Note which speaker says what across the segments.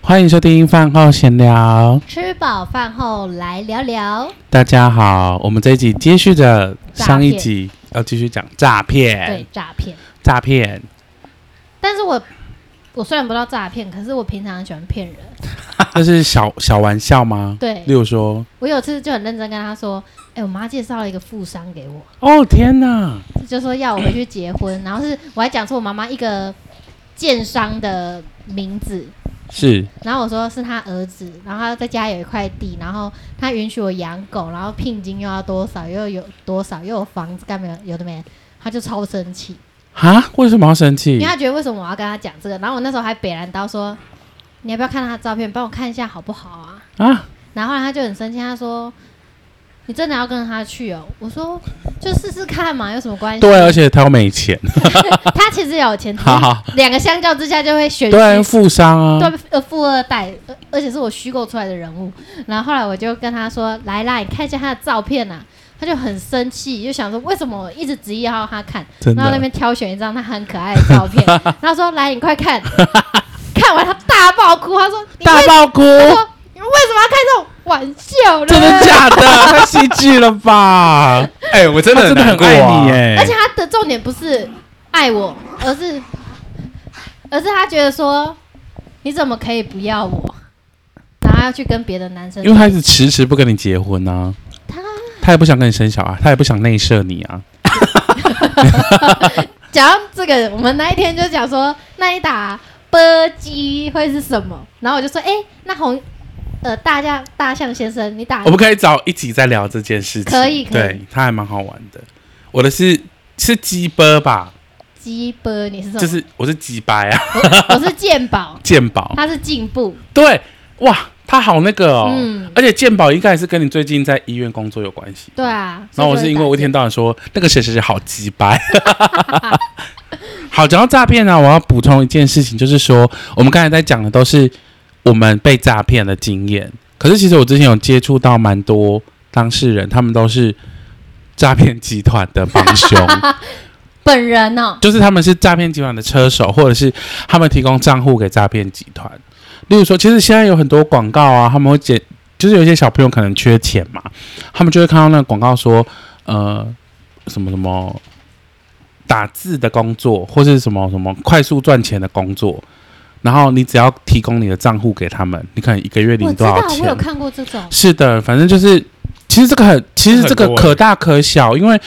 Speaker 1: 欢迎收听饭后闲聊。
Speaker 2: 吃饱饭后来聊聊，
Speaker 1: 大家好，我们这一集接续着
Speaker 2: 诈
Speaker 1: 上一
Speaker 2: 骗
Speaker 1: 集，要继续讲诈
Speaker 2: 对
Speaker 1: 骗。
Speaker 2: 诈骗。
Speaker 1: 诈骗，
Speaker 2: 但是我我虽然不知道诈骗，可是我平常很喜欢骗人。
Speaker 1: 这是小小玩笑吗？
Speaker 2: 对
Speaker 1: 例，如说，
Speaker 2: 我有次就很认真跟他说：“哎、我妈介绍了一个富商给我，
Speaker 1: 哦天哪，
Speaker 2: 就说要我回去结婚，然后是我还讲出我妈妈一个建商的名字，
Speaker 1: 是
Speaker 2: 然后我说是他儿子，然后他在家有一块地，然后他允许我养狗，然后聘金又要多少，又有多少，又有房子干嘛有的没的，他就超生气。”
Speaker 1: 哈？为什么要生
Speaker 2: 因为
Speaker 1: 气？
Speaker 2: 他觉得为什么我要跟他讲这个，然后我那时候还北兰刀说，你要不要看他的照片，帮我看一下好不好啊？
Speaker 1: 啊，
Speaker 2: 然后后来他就很生气，他说，你真的要跟他去哦？我说就试试看嘛，有什么关系？
Speaker 1: 对，啊而且他又没钱，
Speaker 2: 他其实有钱，只是
Speaker 1: 哈哈，
Speaker 2: 两个相较之下就会选
Speaker 1: 对，
Speaker 2: 虚
Speaker 1: 富商啊，
Speaker 2: 对呃富二代，呃而且是我虚构出来的人物。然后后来我就跟他说，来啦，你看一下他的照片啊。他就很生气，就想说为什么我一直执意要他看，
Speaker 1: 真
Speaker 2: 然后那
Speaker 1: 的。
Speaker 2: 边挑选一张他很可爱的照 片，然后说：“来，你快看。” 看完他大爆哭，他说：“你为
Speaker 1: 大爆哭，
Speaker 2: 他说你们为什么要开这种玩笑呢？”
Speaker 1: 真的假的？太戏剧了吧！
Speaker 3: 哎、我真的
Speaker 1: 他真的很
Speaker 3: 难过、啊、
Speaker 1: 爱你耶，
Speaker 2: 而且他的重点不是爱我，而是而是他觉得说：“你怎么可以不要我？”然后要去跟别的男生
Speaker 1: 因为他一直迟迟不跟你结婚啊，
Speaker 2: 他
Speaker 1: 他也不想跟你生小孩，他也不想内射你啊。
Speaker 2: 讲到这个，我们那一天就讲说，那你打波鸡会是什么？然后我就说：“哎、那红呃大象大象先生，你打
Speaker 1: 我们可以找一集再聊这件事情，
Speaker 2: 可以可以
Speaker 1: 对，它还蛮好玩的。我的是是鸡巴吧，
Speaker 2: 鸡波你是什么？”
Speaker 1: 就是我是鸡巴呀，
Speaker 2: 我是鉴宝，
Speaker 1: 鉴宝。
Speaker 2: 他是进步，
Speaker 1: 对，哇，他好那个哦，
Speaker 2: 嗯
Speaker 1: 而且鉴宝应该也是跟你最近在医院工作有关系。
Speaker 2: 对啊。
Speaker 1: 然后我
Speaker 2: 所
Speaker 1: 是
Speaker 2: 以
Speaker 1: 因
Speaker 2: 就
Speaker 1: 为
Speaker 2: 会
Speaker 1: 我一天到晚说那个谁谁谁好鸡掰。 好，讲到诈骗呢、啊我要补充一件事情，就是说我们刚才在讲的都是我们被诈骗的经验，可是其实我之前有接触到蛮多当事人，他们都是诈骗集团的帮凶，
Speaker 2: 本人哦，
Speaker 1: 就是他们是诈骗集团的车手，或者是他们提供账户给诈骗集团。例如说，其实现在有很多广告啊，他们会解，就是有一些小朋友可能缺钱嘛，他们就会看到那个广告说，呃，什么什么打字的工作，或是什么什么快速赚钱的工作，然后你只要提供你的账户给他们，你可能一个月
Speaker 2: 我
Speaker 1: 领
Speaker 2: 知
Speaker 1: 多少
Speaker 2: 道，我有
Speaker 1: 钱？
Speaker 2: 看过这种，
Speaker 1: 是的，反正就是，其实这个很，其实这个
Speaker 3: 很多欸
Speaker 1: 可大可小，因为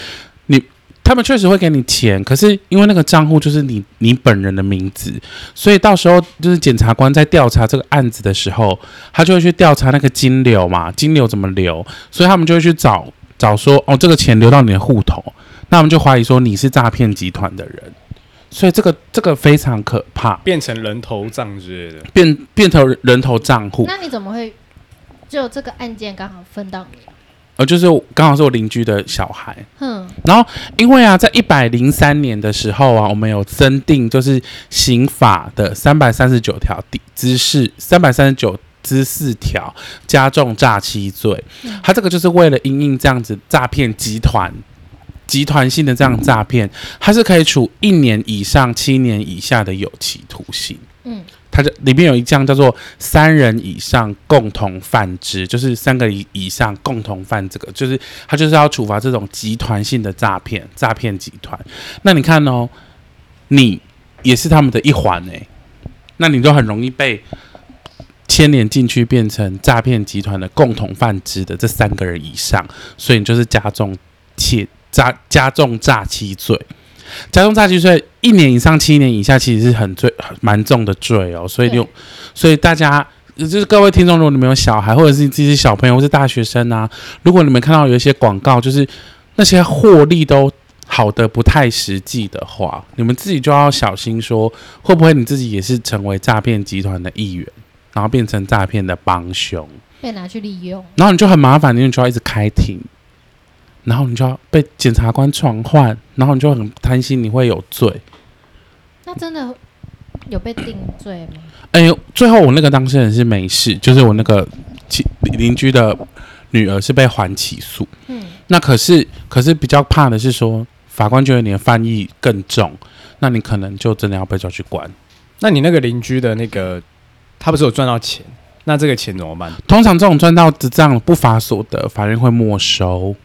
Speaker 1: 你他们确实会给你钱，可是因为那个账户就是你你本人的名字，所以到时候就是检察官在调查这个案子的时候，他就会去调查那个金流嘛，金流怎么流，所以他们就会去找找说，哦，这个钱流到你的户头，那我们就怀疑说你是诈骗集团的人，所以这个这个非常可怕，
Speaker 3: 变成人头账之类的。
Speaker 1: 变变成人头账户，
Speaker 2: 那你怎么会就这个案件刚好分到你？
Speaker 1: 呃，就是我刚好是我邻居的小孩。
Speaker 2: 哼，
Speaker 1: 因为啊，在一百零三年的时候啊，我们有增订就是刑法的三百三十九条第之四三百三十九之四条加重诈欺罪
Speaker 2: 嗯，
Speaker 1: 它这个就是为了因应这样子诈骗集团。集团性的这样诈骗，它是可以处一年以上七年以下的有期徒刑。
Speaker 2: 嗯，
Speaker 1: 它这里面有一项叫做三人以上共同犯之，就是三个以以上共同犯这个，就是他就是要处罚这种集团性的诈骗，诈骗集团。那你看哦，你也是他们的一环哎、那你就很容易被牵连进去，变成诈骗集团的共同犯之的这三个人以上，所以你就是加重窃加加重诈欺罪。加重诈欺罪一年以上七年以下，其实是很罪蛮重的罪哦，所以你有
Speaker 2: 对
Speaker 1: 所以大家就是各位听众，如果你们有小孩，或者是你自己是小朋友，或是大学生啊，如果你们看到有一些广告，就是那些获利都好的不太实际的话，你们自己就要小心说，会不会你自己也是成为诈骗集团的一员，然后变成诈骗的帮凶，
Speaker 2: 被拿去利用，
Speaker 1: 然后你就很麻烦，因为你就要一直开庭。然后你就要被检察官传唤，然后你就很担心你会有罪，
Speaker 2: 那真的有被定罪吗？
Speaker 1: 哎、呦，最后我那个当事人是没事，就是我那个邻邻居的女儿是被缓起诉。
Speaker 2: 嗯，
Speaker 1: 那可是可是比较怕的是说，法官觉得你的犯意更重，那你可能就真的要被抓去关。
Speaker 3: 那你那个邻居的那个他不是有赚到钱，那这个钱怎么办？
Speaker 1: 通常这种赚到的这样不法所得，法院会没收，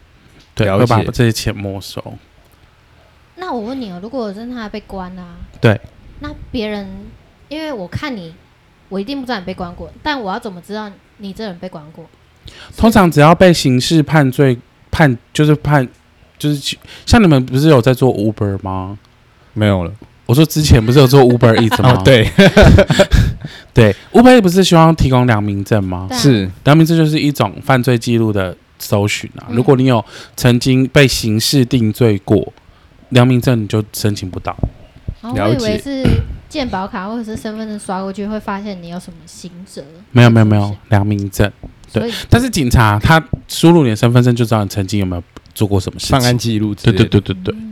Speaker 1: 对，
Speaker 3: 了
Speaker 1: 会把
Speaker 3: 解
Speaker 1: 这些钱没收。
Speaker 2: 那我问你哦，如果真的他被关啦、啊，
Speaker 1: 对，
Speaker 2: 那别人因为我看你，我一定不知道你被关过，但我要怎么知道你这人被关过？
Speaker 1: 通常只要被刑事判罪判，就是判，就是去像你们不是有在做 Uber 吗？
Speaker 3: 没有了
Speaker 1: 我说之前不是有做 Uber Eats 吗？
Speaker 3: 哦，对，
Speaker 1: 对，Uber 不是希望提供良民证吗？
Speaker 2: 对啊
Speaker 3: 是
Speaker 1: 良民证哦就是一种犯罪记录的搜寻啊。
Speaker 2: 嗯
Speaker 1: 如果你有曾经被刑事定罪过，良民证你就申请不到。
Speaker 2: 然后
Speaker 3: 了
Speaker 2: 我以
Speaker 3: 解
Speaker 2: 为是健保卡或者是身份证刷过去，会发现你有什么刑责。
Speaker 1: 没有没有没有，良民证，
Speaker 2: 所以
Speaker 1: 但是警察他输入你的身份证就知道你曾经有没有做过什么事
Speaker 3: 犯
Speaker 1: 情。
Speaker 3: 案记录之
Speaker 1: 对
Speaker 3: 类的，
Speaker 1: 对对对对，
Speaker 2: 嗯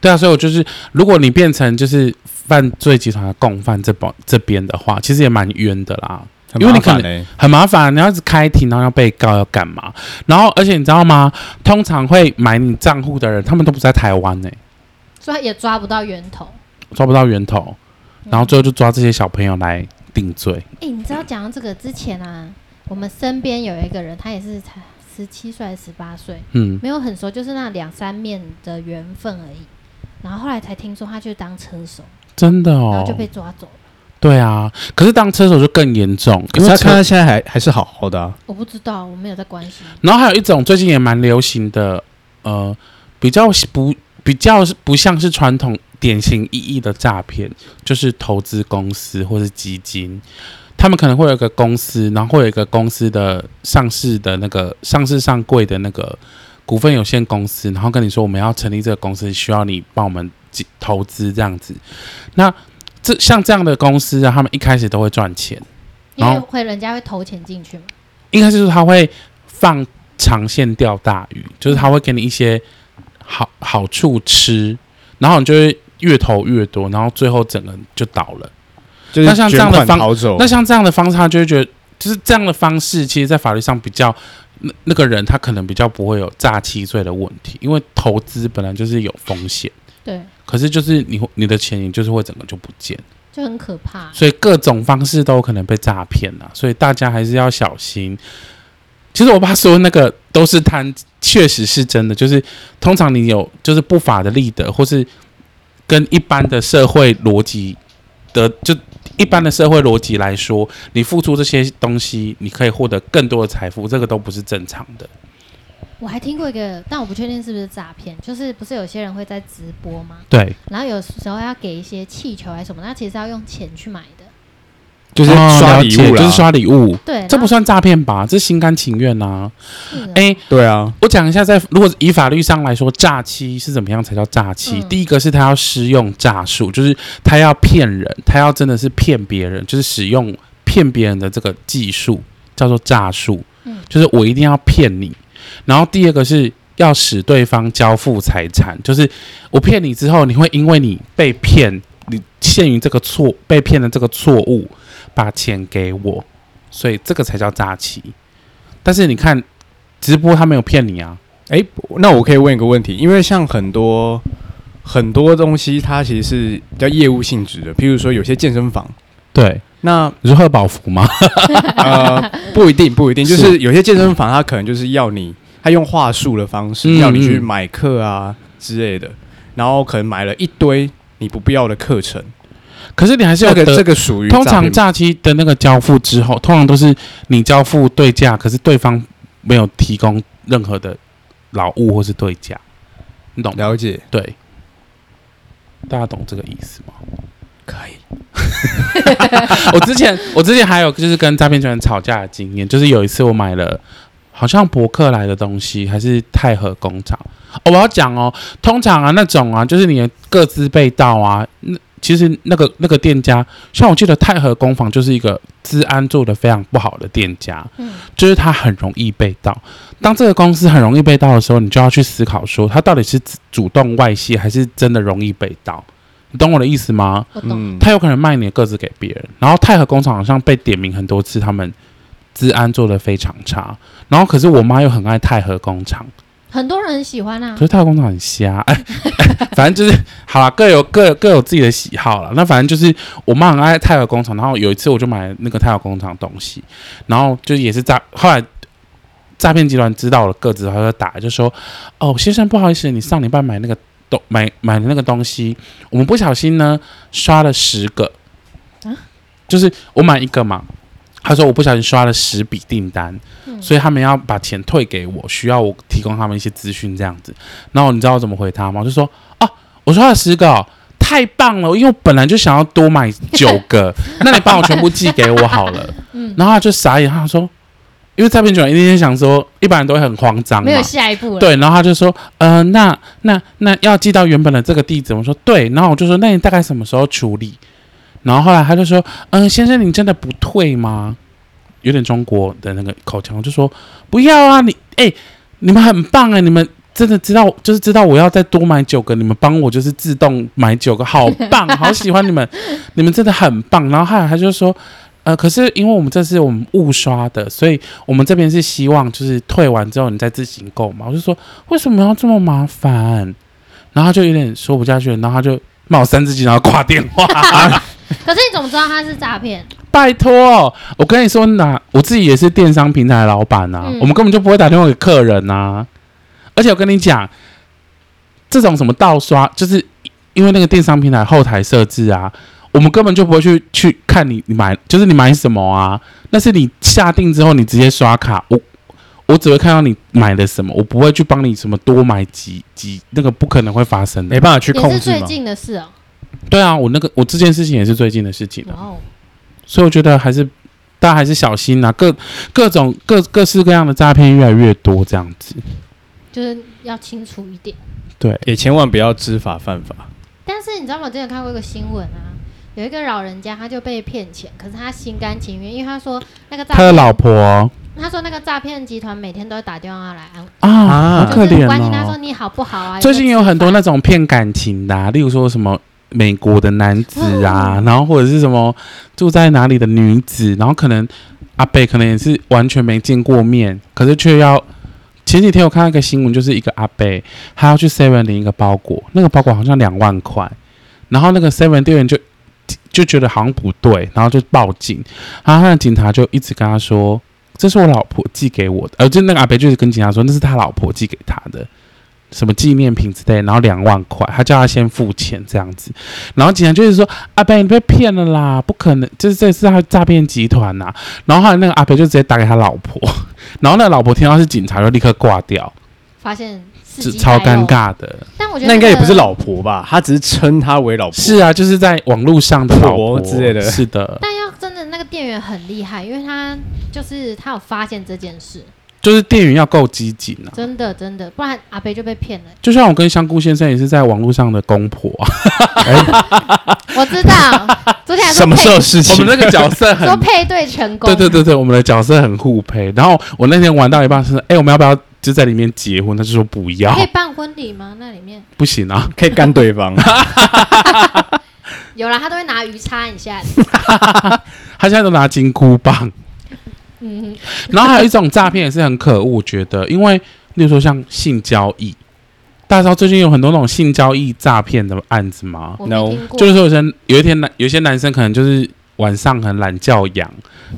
Speaker 1: 对啊，所以我就是，如果你变成就是犯罪集团的共犯这帮这边的话，其实也蛮冤的啦。
Speaker 3: 很
Speaker 1: 因为你
Speaker 3: 麻
Speaker 1: 可
Speaker 3: 烦欸
Speaker 1: 能
Speaker 3: 嘞，
Speaker 1: 很麻烦，你要一直开庭，然后要被告要干嘛？然后而且你知道吗？通常会买你账户的人，他们都不在台湾呢、
Speaker 2: 所以也抓不到源头。
Speaker 1: 抓不到源头，嗯
Speaker 2: 嗯
Speaker 1: 然后最后就抓这些小朋友来定罪。
Speaker 2: 哎、你知道讲到这个之前啊，我们身边有一个人，他也是才十七岁还是十八岁，
Speaker 1: 嗯，
Speaker 2: 没有很熟，就是那两三面的缘分而已。然后后来才听说他去当车手，
Speaker 1: 真的
Speaker 2: 然
Speaker 1: 哦
Speaker 2: 后就，被抓走了。
Speaker 1: 对啊。可是当车手就更严重，
Speaker 3: 可是他
Speaker 1: 车
Speaker 3: 看他现在还还是好好的啊，
Speaker 2: 我不知道，我没有在关心。
Speaker 1: 然后还有一种最近也蛮流行的，呃，比较不比较不像是传统典型意义的诈骗，就是投资公司或是基金，他们可能会有一个公司，然后会有一个公司的上市的那个上市上柜的那个股份有限公司，然后跟你说我们要成立这个公司，需要你帮我们进投资这样子。那这像这样的公司啊，他们一开始都会赚钱。
Speaker 2: 因
Speaker 1: 然后
Speaker 2: 为会人家会投钱进去嘛，
Speaker 1: 应该就是他会放长线钓大鱼，就是他会给你一些好好处吃，然后你就会越投越多，然后最后整个人就倒了。
Speaker 3: 就是
Speaker 1: 那像这样的
Speaker 3: 卷
Speaker 1: 方
Speaker 3: 款逃走
Speaker 1: 那，像这样的方式，他就会觉得，就是这样的方式，其实在法律上比较。那那个人他可能比较不会有诈欺罪的问题，因为投资本来就是有风险，
Speaker 2: 对，
Speaker 1: 可是就是你会你的钱也就是会整个就不见，
Speaker 2: 就很可怕。
Speaker 1: 所以各种方式都有可能被诈骗啦，所以大家还是要小心。其实我爸说那个都是贪，确实是真的，就是通常你有就是不法的利得，或是跟一般的社会逻辑的就一般的社会逻辑来说，你付出这些东西，你可以获得更多的财富，这个都不是正常的。
Speaker 2: 我还听过一个，但我不确定是不是诈骗，就是不是有些人会在直播吗？
Speaker 1: 对，
Speaker 2: 然后有时候要给一些气球还是什么，那其实要用钱去买的。
Speaker 3: 哦就是刷礼物
Speaker 1: 哦就
Speaker 3: 啦，
Speaker 1: 是刷礼物，
Speaker 2: 对，啊
Speaker 1: 这不
Speaker 2: 然后
Speaker 1: 算诈骗吧？这心甘情愿啊。
Speaker 2: 是啊
Speaker 1: 哎、
Speaker 3: 对啊，
Speaker 1: 我讲一下在，如果以法律上来说，诈欺是怎么样才叫诈欺？
Speaker 2: 嗯
Speaker 1: 第一个是他要施用诈术，就是他要骗人，他要真的是骗别人，就是使用骗别人的这个技术叫做诈术，
Speaker 2: 嗯
Speaker 1: 就是我一定要骗你。然后第二个是要使对方交付财产，就是我骗你之后，你会因为你被骗，你陷于这个错被骗的这个错误，把钱给我，所以这个才叫诈欺。但是你看直播，他没有骗你啊。
Speaker 3: 哎，那我可以问一个问题，因为像很多很多东西，它其实是比较业务性质的，譬如说有些健身房，
Speaker 1: 对，
Speaker 3: 那
Speaker 1: 你是贺宝福吗？
Speaker 3: 呃，不一定，不一定，就是是有些健身房它可能就是要你，它用话术的方式
Speaker 1: 嗯
Speaker 3: 要你去买课啊之类的，然后可能买了一堆你不必要的课程，
Speaker 1: 可是你还是
Speaker 3: 这
Speaker 1: 要
Speaker 3: 个
Speaker 1: 得。
Speaker 3: 这个属于
Speaker 1: 通
Speaker 3: 诈
Speaker 1: 常
Speaker 3: 骗
Speaker 1: 诈欺的那个交付之后，通常都是你交付对价，可是对方没有提供任何的劳务或是对价，你懂吗？
Speaker 3: 了解
Speaker 1: 对，大家懂这个意思吗？
Speaker 3: 可以，
Speaker 1: 我之前我之前还有就是跟诈骗集团吵架的经验，就是有一次我买了好像博客来的东西，还是太和工厂。哦，我要讲哦，通常啊那种啊，就是你的各自被盗啊，那其实那个那个店家，像我记得太和工坊就是一个治安做的非常不好的店家，
Speaker 2: 嗯，
Speaker 1: 就是它很容易被盗。当这个公司很容易被盗的时候，你就要去思考说，它到底是自主动外泄，还是真的容易被盗？你懂我的意思吗？
Speaker 2: 我懂。
Speaker 3: 嗯，
Speaker 1: 他有可能卖你的个子给别人。然后太和工厂好像被点名很多次，他们治安做得非常差。然后可是我妈又很爱太和工厂，
Speaker 2: 很多人很喜欢啊
Speaker 1: 可，是太和工厂很瞎，哎，哎反正就是好啦，各有各各有自己的喜好啦。那反正就是我妈很爱太和工厂，然后有一次我就买那个太和工厂的东西，然后就也是诈，后来诈骗集团知道了个子，他就打来就说：“哦，先生，不好意思，你上礼拜买那个东买买的那个东西，我们不小心呢刷了十个，
Speaker 2: 啊
Speaker 1: 就是我买一个嘛。”他说：“我不小心刷了十笔订单，
Speaker 2: 嗯
Speaker 1: 所以他们要把钱退给我，需要我提供他们一些资讯这样子。然后你知道我怎么回他吗？我就说哦，我刷了十个哦、太棒了，因为我本来就想要多买九 个，那你帮我全部寄给我好了。
Speaker 2: 嗯，
Speaker 1: 然后他就傻眼，他说，因为诈骗集团一定想说，一般人都会很慌张嘛
Speaker 2: 没，有下一步了。
Speaker 1: 对，然后他就说，呃，那那那要寄到原本的这个地址。我说对，然后我就说，那你大概什么时候处理？然后后来他就说，嗯、先生，你真的不退吗？有点中国的那个口腔，我就说不要啊，你哎、你们很棒哎、你们真的知道，就是知道我要再多买九个，你们帮我就是自动买九个，好棒，好喜欢你们，你们真的很棒。然后后来他就说，呃，可是因为我们这是我们误刷的，所以我们这边是希望就是退完之后你再自行购买。我就说为什么要这么麻烦？然后他就有点说不下去了，然后他就骂我三字经，然后挂电话。
Speaker 2: 可是你怎么知道他是诈骗？
Speaker 1: 拜托，我跟你说哪，我自己也是电商平台的老板啊，
Speaker 2: 嗯
Speaker 1: 我们根本就不会打电话给客人啊。而且我跟你讲，这种什么盗刷，就是因为那个电商平台后台设置啊，我们根本就不会去去看你你买，就是你买什么啊，那是你下定之后你直接刷卡，我我只会看到你买了什么，我不会去帮你什么多买几几，那个不可能会发生的
Speaker 3: 没。办法去
Speaker 2: 也
Speaker 3: 控
Speaker 2: 是
Speaker 3: 制
Speaker 2: 最
Speaker 3: 嘛。
Speaker 2: 近的事哦。
Speaker 1: 对啊，我那个我这件事情也是最近的事情啊
Speaker 2: 哇。哦，
Speaker 1: 所以我觉得还是大家还是小心呐、啊各各种各各式各样的诈骗越来越多，这样子。
Speaker 2: 就是要清楚一点。
Speaker 1: 对，
Speaker 3: 也千万不要知法犯法。
Speaker 2: 但是你知道吗？我之前看过一个新闻啊，有一个老人家他就被骗钱，可是他心甘情愿，因为他说那个诈
Speaker 1: 他的
Speaker 2: 骗，
Speaker 1: 老婆哦
Speaker 2: 他说那个诈骗集团每天都会打电话来安
Speaker 1: 啊，
Speaker 3: 啊
Speaker 1: 好
Speaker 2: 就
Speaker 1: 可
Speaker 2: 是
Speaker 1: 怜
Speaker 2: 关心他说
Speaker 1: 哦。
Speaker 2: 你好不好啊？
Speaker 1: 最近
Speaker 2: 没
Speaker 1: 有很多
Speaker 2: 吃
Speaker 1: 那种骗感情的、啊，例如说什么美国的男子啊，
Speaker 2: 哦
Speaker 1: 然后或者是什么住在哪里的女子，然后可能阿贝可能也是完全没见过面，可是却要。前几天我看到一个新闻，就是一个阿贝，他要去 Seven 领一个包裹，那个包裹好像两万块，然后那个 Seven 店员就就觉得好像不对，然后就报警，然后那个警察就一直跟他说：“这是我老婆寄给我的。”呃，就那个阿北就是跟警察说那是他老婆寄给他的什么纪念品之类，然后两万块，他叫他先付钱这样子，然后警察就是说：“阿北，你被骗了啦，不可能，就是这是他诈骗集团呐、然后后来那个阿北就直接打给他老婆， 然后那个老婆听到是警察就立刻挂掉，
Speaker 2: 发现是
Speaker 1: 这超尴。尬的。
Speaker 2: 但我觉得、
Speaker 3: 那应该也不是老，婆吧？他只是称她为老婆。
Speaker 1: 是啊，就是在网络上的老婆
Speaker 3: 婆之类的
Speaker 1: 是的，
Speaker 2: 但要真的那个店员很厉害，因为他就是他有发现这件事，
Speaker 1: 就是店员要够机警啊。
Speaker 2: 真的真的，不然阿北就被骗了。
Speaker 1: 就像我跟香菇先生也是在网络上的公婆 啊，
Speaker 2: 我知 道，昨天还说
Speaker 3: 什么时候
Speaker 2: 配
Speaker 3: 的事
Speaker 1: 我
Speaker 3: 情
Speaker 1: 们？那个角色很
Speaker 2: 说配对成功？
Speaker 1: 对对对对，我们的角色很互配。然后我那天玩到一半是说，哎、我们要不要就在里面结婚？他就说不要
Speaker 2: 可，以办婚礼吗？那里面
Speaker 1: 不行啊。
Speaker 3: 可以干对方，
Speaker 2: 有啦，他都会拿鱼叉你下来。
Speaker 1: 他现在都拿金箍棒。
Speaker 2: 嗯，
Speaker 1: 然后还有一种诈骗也是很可恶，我觉得，因为例如说像性交易，大家知道最近有很多那种性交易诈骗的案子吗？
Speaker 2: 我没
Speaker 3: No，
Speaker 2: 听过。
Speaker 1: 就是说有些人有一天男有些男生可能就是晚上很懒觉痒，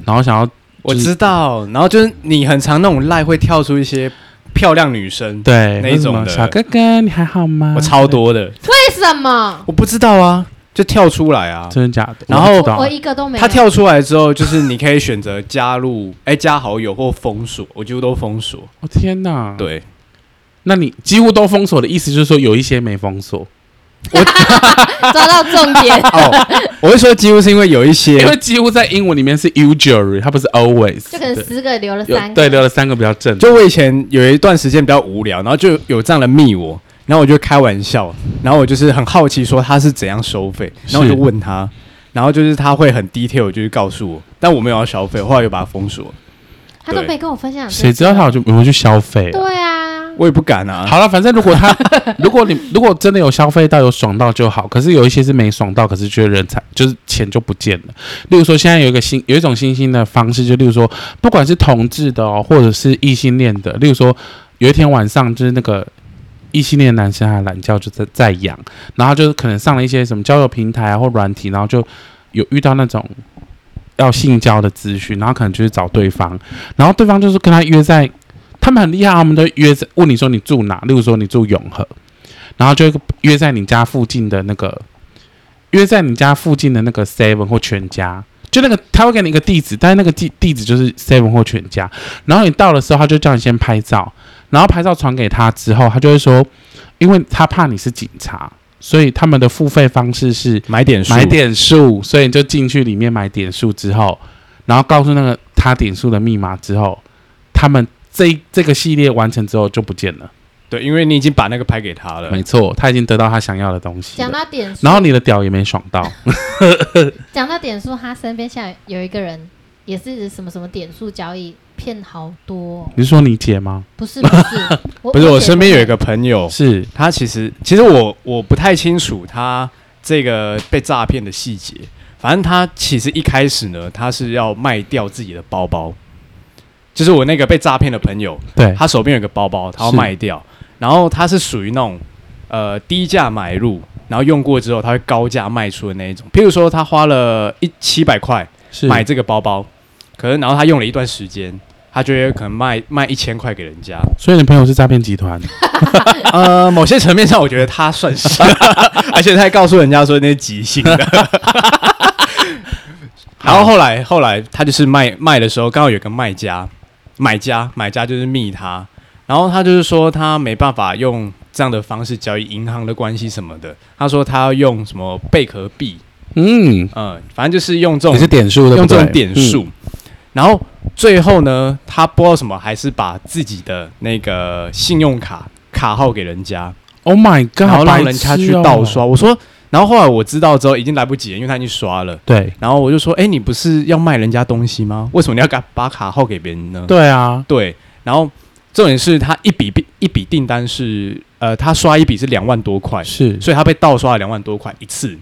Speaker 1: 然后想要
Speaker 3: 我知道。然后就是你很常那种赖会跳出一些漂亮女生，
Speaker 1: 对
Speaker 3: 那一种
Speaker 1: 或
Speaker 3: 的
Speaker 1: 者什么小哥哥你还好吗？
Speaker 3: 我超多的，
Speaker 2: 为什么？
Speaker 3: 我不知道啊，就跳出来啊。
Speaker 1: 真的假的？
Speaker 3: 然后
Speaker 1: 我不知
Speaker 2: 我
Speaker 1: 道
Speaker 2: 我一个都没有。
Speaker 3: 他跳出来之后，就是你可以选择加入， 哎，加好友或封锁，我几乎都封锁。
Speaker 1: 我哦天哪！，
Speaker 3: 对，，
Speaker 1: 那你几乎都封锁的意思就是说有一些没封锁，
Speaker 2: 抓到重 点
Speaker 3: 哦，我会说几乎是因为有一些
Speaker 1: 因为几乎在英文里面是 usually，它不是 always，
Speaker 2: 就可能
Speaker 1: 对
Speaker 2: 十个留了三
Speaker 1: 有
Speaker 2: 个。
Speaker 1: 对留了三个比较正。
Speaker 3: 就我以前有一段时间比较无聊，然后就有这样的密我，然后我就开玩笑，然后我就是很好奇说他是怎样收费，然后我
Speaker 1: 是
Speaker 3: 就问他，然后就是他会很 detail 就是告诉我，但我没有要消费，后来又把它封锁，
Speaker 2: 他都
Speaker 3: 对
Speaker 2: 没跟我分享。
Speaker 1: 谁知道他有去有没有去消费啊、
Speaker 2: 对啊，
Speaker 3: 我也不敢啊。
Speaker 1: 好了，反正如果他如果你如果真的有消费到有爽到就好，可是有一些是没爽到，可是觉得人才就是钱就不见了。例如说，现在有一个新有一种新兴的方式，就例如说，不管是同志的哦，或者是异性恋的，例如说有一天晚上就是那个异性恋男生他懒觉就在在养，然后就是可能上了一些什么交友平台啊或软体，然后就有遇到那种要性交的资讯，然后可能就是找对方，然后对方就是跟他约在，他们很厉害啊，他们都约在问你说你住哪，例如说你住永和，然后就约在你家附近的那个，约在你家附近的那个 Seven 或全家。就那个，他会给你一个地址，但是那个地地址就是 Seven 或全家。然后你到的时候，他就叫你先拍照，然后拍照传给他之后，他就会说，因为他怕你是警察，所以他们的付费方式是
Speaker 3: 买点数，
Speaker 1: 买点数，所以你就进去里面买点数之后，然后告诉那个他点数的密码之后，他们这这个系列完成之后就不见了。
Speaker 3: 对，因为你已经把那个拍给他了
Speaker 1: 没。错，他已经得到他想要的东西
Speaker 2: 讲
Speaker 1: 了。
Speaker 2: 到点数，
Speaker 1: 然后你的屌也没爽到，
Speaker 2: 讲到点数，他身边现在有一个人也是什么什么点数交易骗好多哦、
Speaker 1: 你是说你姐吗？
Speaker 2: 不是 不是，我
Speaker 3: 不是，我
Speaker 2: 姐
Speaker 3: 身边有一个朋友，
Speaker 1: 是
Speaker 3: 他其实其实我我不太清楚他这个被诈骗的细节。反正他其实一开始呢，他是要卖掉自己的包包，就是我那个被诈骗的朋友，
Speaker 1: 对，
Speaker 3: 他手边有一个包包，他要
Speaker 1: 是
Speaker 3: 卖掉，然后他是属于那种呃低价买入，然后用过之后他会高价卖出的那一种。譬如说，他花了一七百块
Speaker 1: 是
Speaker 3: 买这个包包，可是然后他用了一段时间，他觉得可能卖卖一千块给人家，
Speaker 1: 所以你朋友是诈骗集团，
Speaker 3: 呃，某些层面上，我觉得他算是， 而且他还告诉人家说那是即兴的。 然后后来后来他就是卖卖的时候，刚好有个卖家，买家买家就是密他，然后他就是说他没办法用这样的方式交易银行的关系什么的，他说他要用什么贝壳币，
Speaker 1: 嗯，
Speaker 3: 嗯、反正 就是用这种
Speaker 1: 你是点数的，
Speaker 3: 用
Speaker 1: 对
Speaker 3: 这
Speaker 1: 不
Speaker 3: 种
Speaker 1: 对
Speaker 3: 点，数。然后最后呢，他不知道什么，还是把自己的那个信用卡卡号给人家，
Speaker 1: 嗯 Oh my God，
Speaker 3: 然后让
Speaker 1: 白
Speaker 3: 人家
Speaker 1: 痴
Speaker 3: 去
Speaker 1: 哦
Speaker 3: 盗刷。，我说，然后后来我知道之后已经来不及了，因为他已经刷了。
Speaker 1: 对
Speaker 3: 然后我就说，哎，你不是要卖人家东西吗？为什么你要把把卡号给别人呢？
Speaker 1: 对啊，
Speaker 3: 对然后重点是他一笔一笔订单是，呃，他刷一笔是两万多块，
Speaker 1: 是，
Speaker 3: 所以他被盗刷了两万多块一次。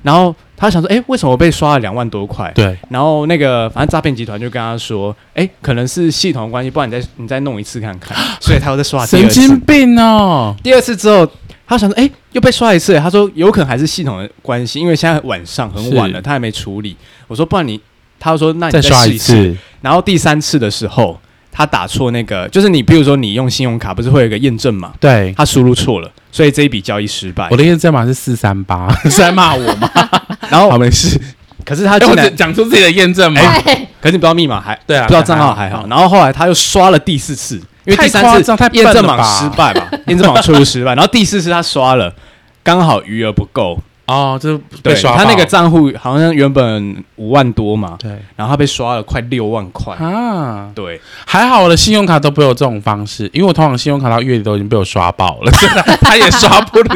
Speaker 3: 然后他想说，哎，为什么我被刷了两万多块？
Speaker 1: 对，
Speaker 3: 然后那个反正诈骗集团就跟他说，哎，可能是系统的关系，不然你再你再弄一次看看。所以他又再刷第
Speaker 1: 神
Speaker 3: 二次。
Speaker 1: 经病哦，
Speaker 3: 第二次之后，他想说，哎、又被刷一次。他说有可能还是系统的关系，因为现在晚上很晚了，
Speaker 1: 是
Speaker 3: 他还没处理。我说不然你，他说那你
Speaker 1: 再刷
Speaker 3: 试
Speaker 1: 一
Speaker 3: 一次。
Speaker 1: 次，
Speaker 3: 然后第三次的时候，他打错那个，就是你比如说你用信用卡不是会有一个验证码，
Speaker 1: 对，
Speaker 3: 他输入错了，所以这一笔交易失败
Speaker 1: 我。的验证码是四三八，是在骂我吗？
Speaker 3: 然
Speaker 1: 好，
Speaker 3: 后
Speaker 1: 没事。
Speaker 3: 可是他
Speaker 1: 哎，
Speaker 3: 竟
Speaker 1: 我
Speaker 3: 然
Speaker 1: 只，讲出自己的验证码，
Speaker 2: 对，
Speaker 3: 可是你不知道密码还。
Speaker 1: 对啊，
Speaker 3: 哎不知道账号还好，，然后后来他又刷了第四次，因为第
Speaker 1: 太夸
Speaker 3: 三次
Speaker 1: 张太笨
Speaker 3: 验
Speaker 1: 了
Speaker 3: 证码
Speaker 1: 吧
Speaker 3: 失 败吧，验证码出入失败，然后第四次他刷了，刚好余额不够，
Speaker 1: 哦，就是被
Speaker 3: 对，
Speaker 1: 刷
Speaker 3: 他那
Speaker 1: 爆
Speaker 3: 个账户好像原本五万多嘛，
Speaker 1: 对
Speaker 3: 然后他被刷了快六万块。
Speaker 1: 啊，
Speaker 3: 对，
Speaker 1: 还好我的信用卡都不会有这种方式，因为我通常信用卡到月底都已经被我刷爆了， 真的，他也刷不 了，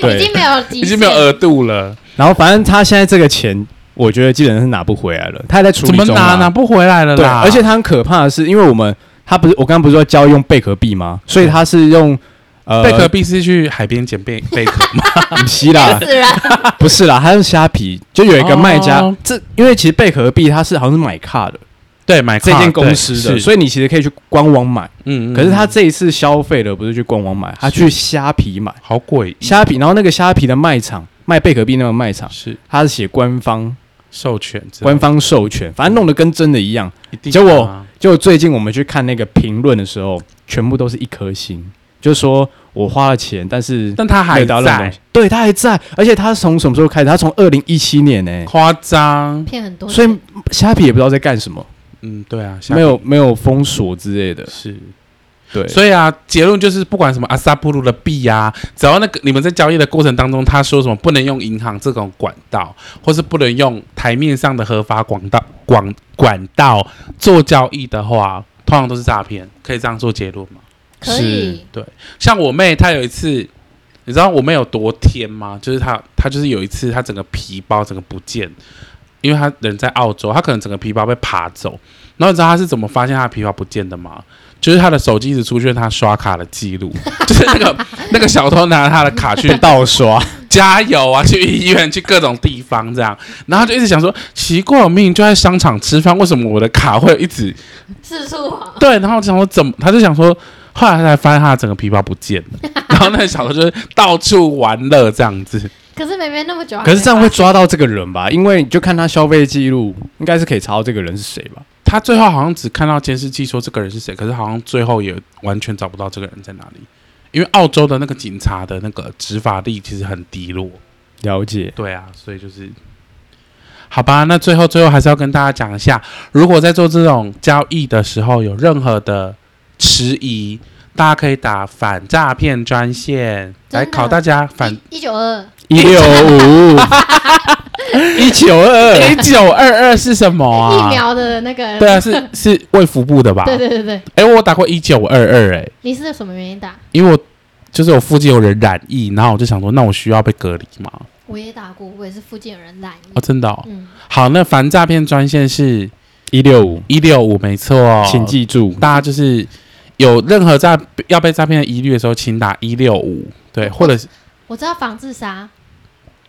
Speaker 3: 对
Speaker 2: 哦 已经没有极
Speaker 1: 已经没有
Speaker 2: 限
Speaker 1: 额度了，
Speaker 3: 然后反正他现在这个钱，我觉得基本上是拿不回来了，他还在处
Speaker 1: 怎
Speaker 3: 理
Speaker 1: 么
Speaker 3: 中
Speaker 1: 拿
Speaker 3: 嘛
Speaker 1: 拿不回来了
Speaker 3: 对，
Speaker 1: 啦？
Speaker 3: 而且他很可怕的是，因为我们他不是我刚刚不是说交易用贝壳币吗？所以他是用呃
Speaker 1: 贝 壳币是去海边捡贝贝壳吗？
Speaker 3: 不 是啦
Speaker 2: 死，人，
Speaker 3: 不是啦，他用虾皮，就有一个卖家，
Speaker 1: 哦
Speaker 3: 这因为其实贝壳币它是好像是买卡的
Speaker 1: 对，买
Speaker 3: 这间公司的，所
Speaker 1: 以
Speaker 3: 以你其实可以去官网买。
Speaker 1: 嗯
Speaker 3: 可是他这一次消费的不是去官网买，他去虾皮买。
Speaker 1: 好诡异，啊
Speaker 3: 虾皮，然后那个虾皮的卖场卖贝壳币那个卖场，
Speaker 1: 是
Speaker 3: 他是写官方
Speaker 1: 授权之类的，
Speaker 3: 官方授权，反正弄得跟真的一样。
Speaker 1: 一定
Speaker 3: 结果
Speaker 1: 啊
Speaker 3: 就最近我们去看那个评论的时候，全部都是一颗星，就说我花了钱，但是
Speaker 1: 但他
Speaker 3: 没
Speaker 1: 还
Speaker 3: 有得到任何东
Speaker 1: 在
Speaker 3: 西，对他还在，而且他是从什么时候开始？他从二零一七年呢、
Speaker 1: 夸张，
Speaker 2: 骗很多钱，
Speaker 3: 所以虾皮也不知道在干什么，
Speaker 1: 嗯，对啊，下
Speaker 3: 没有没有封锁之类的，
Speaker 1: 是。
Speaker 3: 对，
Speaker 1: 所以啊，结论就是，不管什么阿萨布鲁的币呀、只要那个你们在交易的过程当中，他说什么不能用银行这种管道，或是不能用台面上的合法管道管管道做交易的话，通常都是诈骗，可以这样做结论吗？
Speaker 2: 可以
Speaker 1: 像我妹，她有一次，你知道我妹有多天吗？就是她，她就是有一次，她整个皮包整个不见，因为她人在澳洲，她可能整个皮包被扒走。然后你知道她是怎么发现她的皮包不见的吗？就是她的手机一直出现她刷卡的记录， 就是那个那个小偷拿她的卡去
Speaker 3: 盗刷，
Speaker 1: 加油啊，去医院，去各种地方这样，然后她就一直想说，奇怪，我明明就在商场吃饭，为什么我的卡会一直
Speaker 2: 四处跑，
Speaker 1: 对，然后我就想说怎么，他就想说后来他才发现他的整个皮包不见 了，然后那个小偷就是到处玩乐这样子。
Speaker 2: 可是妹妹那么久还没发，
Speaker 3: 可是这样会抓到这个人吧？因为你就看他消费记录，应该是可以查到这个人是谁吧？
Speaker 1: 他最后好像只看到监视器说这个人是谁，可是好像最后也完全找不到这个人在哪里，因为澳洲的那个警察的那个执法力其实很低落。
Speaker 3: 了解，
Speaker 1: 对啊，所以就是，好吧，那最后最后还是要跟大家讲一下，如果在做这种交易的时候有任何的迟疑，大家可以打反诈骗专线
Speaker 2: 真的
Speaker 1: 来考大家反
Speaker 2: 一九二，
Speaker 3: 一六 五一九二，
Speaker 1: 一九二二是什么
Speaker 2: 疫
Speaker 1: 啊？
Speaker 2: 苗的那个，
Speaker 1: 对啊，是是卫福部的吧？
Speaker 2: 对对对对，
Speaker 1: 哎、我打过一九二二，哎，
Speaker 2: 你是什么原因打？
Speaker 1: 因为我就是我附近有人染疫，然后我就想说，那我需要被隔离吗？
Speaker 2: 我也打过，我也是附近有人染疫
Speaker 1: 哦，。真的、哦。
Speaker 2: 嗯，
Speaker 1: 好，那反诈骗专线是
Speaker 3: 一六五，
Speaker 1: 一六五，没错哦，
Speaker 3: 请记住，
Speaker 1: 大家就是有任何诈要被诈骗的疑虑的时候，请打一六五，对，或者是
Speaker 2: 我知道防治啥，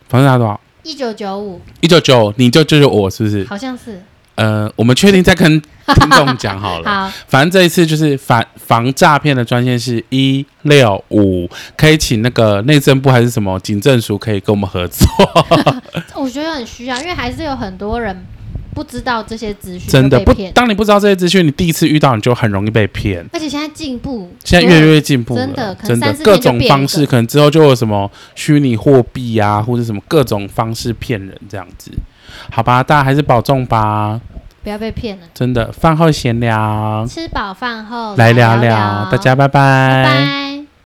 Speaker 1: 反正打多少
Speaker 2: 一九九五
Speaker 1: 一九九，你就救救我，是不是？
Speaker 2: 好像是。
Speaker 1: 呃，我们确定再跟听众讲好了。
Speaker 2: 好，
Speaker 1: 反正这一次就是反防诈骗的专线是一六五，可以请那个内政部还是什么警政署可以跟我们合 作，
Speaker 2: 我觉得很需要，因为还是有很多人不知道这些资讯，
Speaker 1: 真的
Speaker 2: 就
Speaker 1: 不
Speaker 2: 被，骗。
Speaker 1: 当你不知道这些资讯，你第一次遇到你就很容易被骗。
Speaker 2: 而且现在进步，
Speaker 1: 现在越来越进步了，
Speaker 2: 啊真的可能
Speaker 1: 真的
Speaker 2: 三四天
Speaker 1: 各
Speaker 2: 就
Speaker 1: 种
Speaker 2: 变一
Speaker 1: 方
Speaker 2: 个
Speaker 1: 式，可能之后就有什么虚拟货币啊，或者什么各种方式骗人这样子。好吧，大家还是保重吧。
Speaker 2: 不要被骗了。
Speaker 1: 真的，饭后闲聊，
Speaker 2: 吃饱饭后
Speaker 1: 嗯来
Speaker 2: 聊
Speaker 1: 聊聊，大家拜拜
Speaker 2: 拜拜。